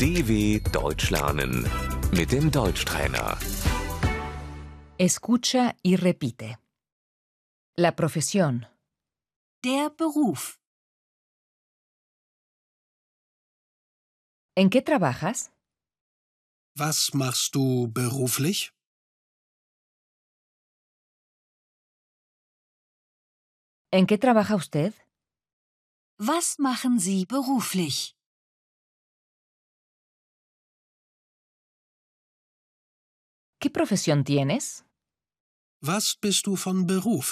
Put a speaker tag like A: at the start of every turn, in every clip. A: DW Deutsch lernen mit dem Deutschtrainer.
B: Escucha y repite. La profesión.
C: Der Beruf.
B: ¿En qué trabajas?
D: Was machst du beruflich?
B: ¿En qué trabaja usted?
C: Was machen Sie beruflich?
B: ¿Qué profesión tienes?
D: Was bist du von Beruf?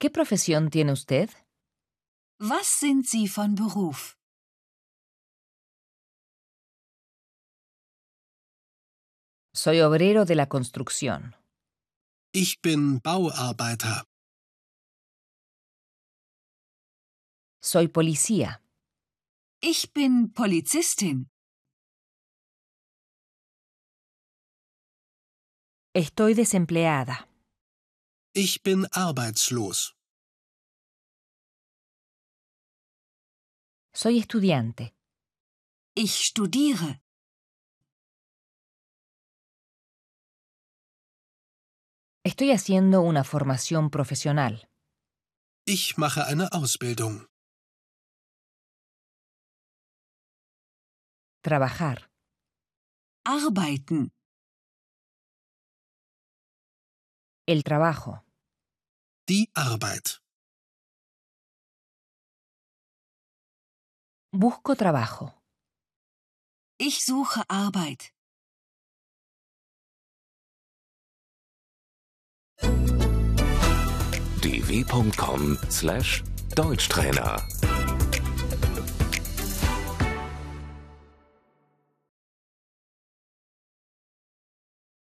B: ¿Qué profesión tiene usted?
C: Was sind Sie von Beruf?
B: Soy obrero de la construcción.
D: Ich bin Bauarbeiter.
B: Soy policía.
C: Ich bin Polizistin.
B: Estoy desempleada.
D: Ich bin arbeitslos.
B: Soy estudiante.
C: Ich studiere.
B: Estoy haciendo una formación profesional.
D: Ich mache eine Ausbildung.
B: Trabajar.
C: Arbeiten.
B: El trabajo.
D: Die Arbeit.
B: Busco trabajo.
C: Ich suche Arbeit.
A: dw.com/deutschtrainer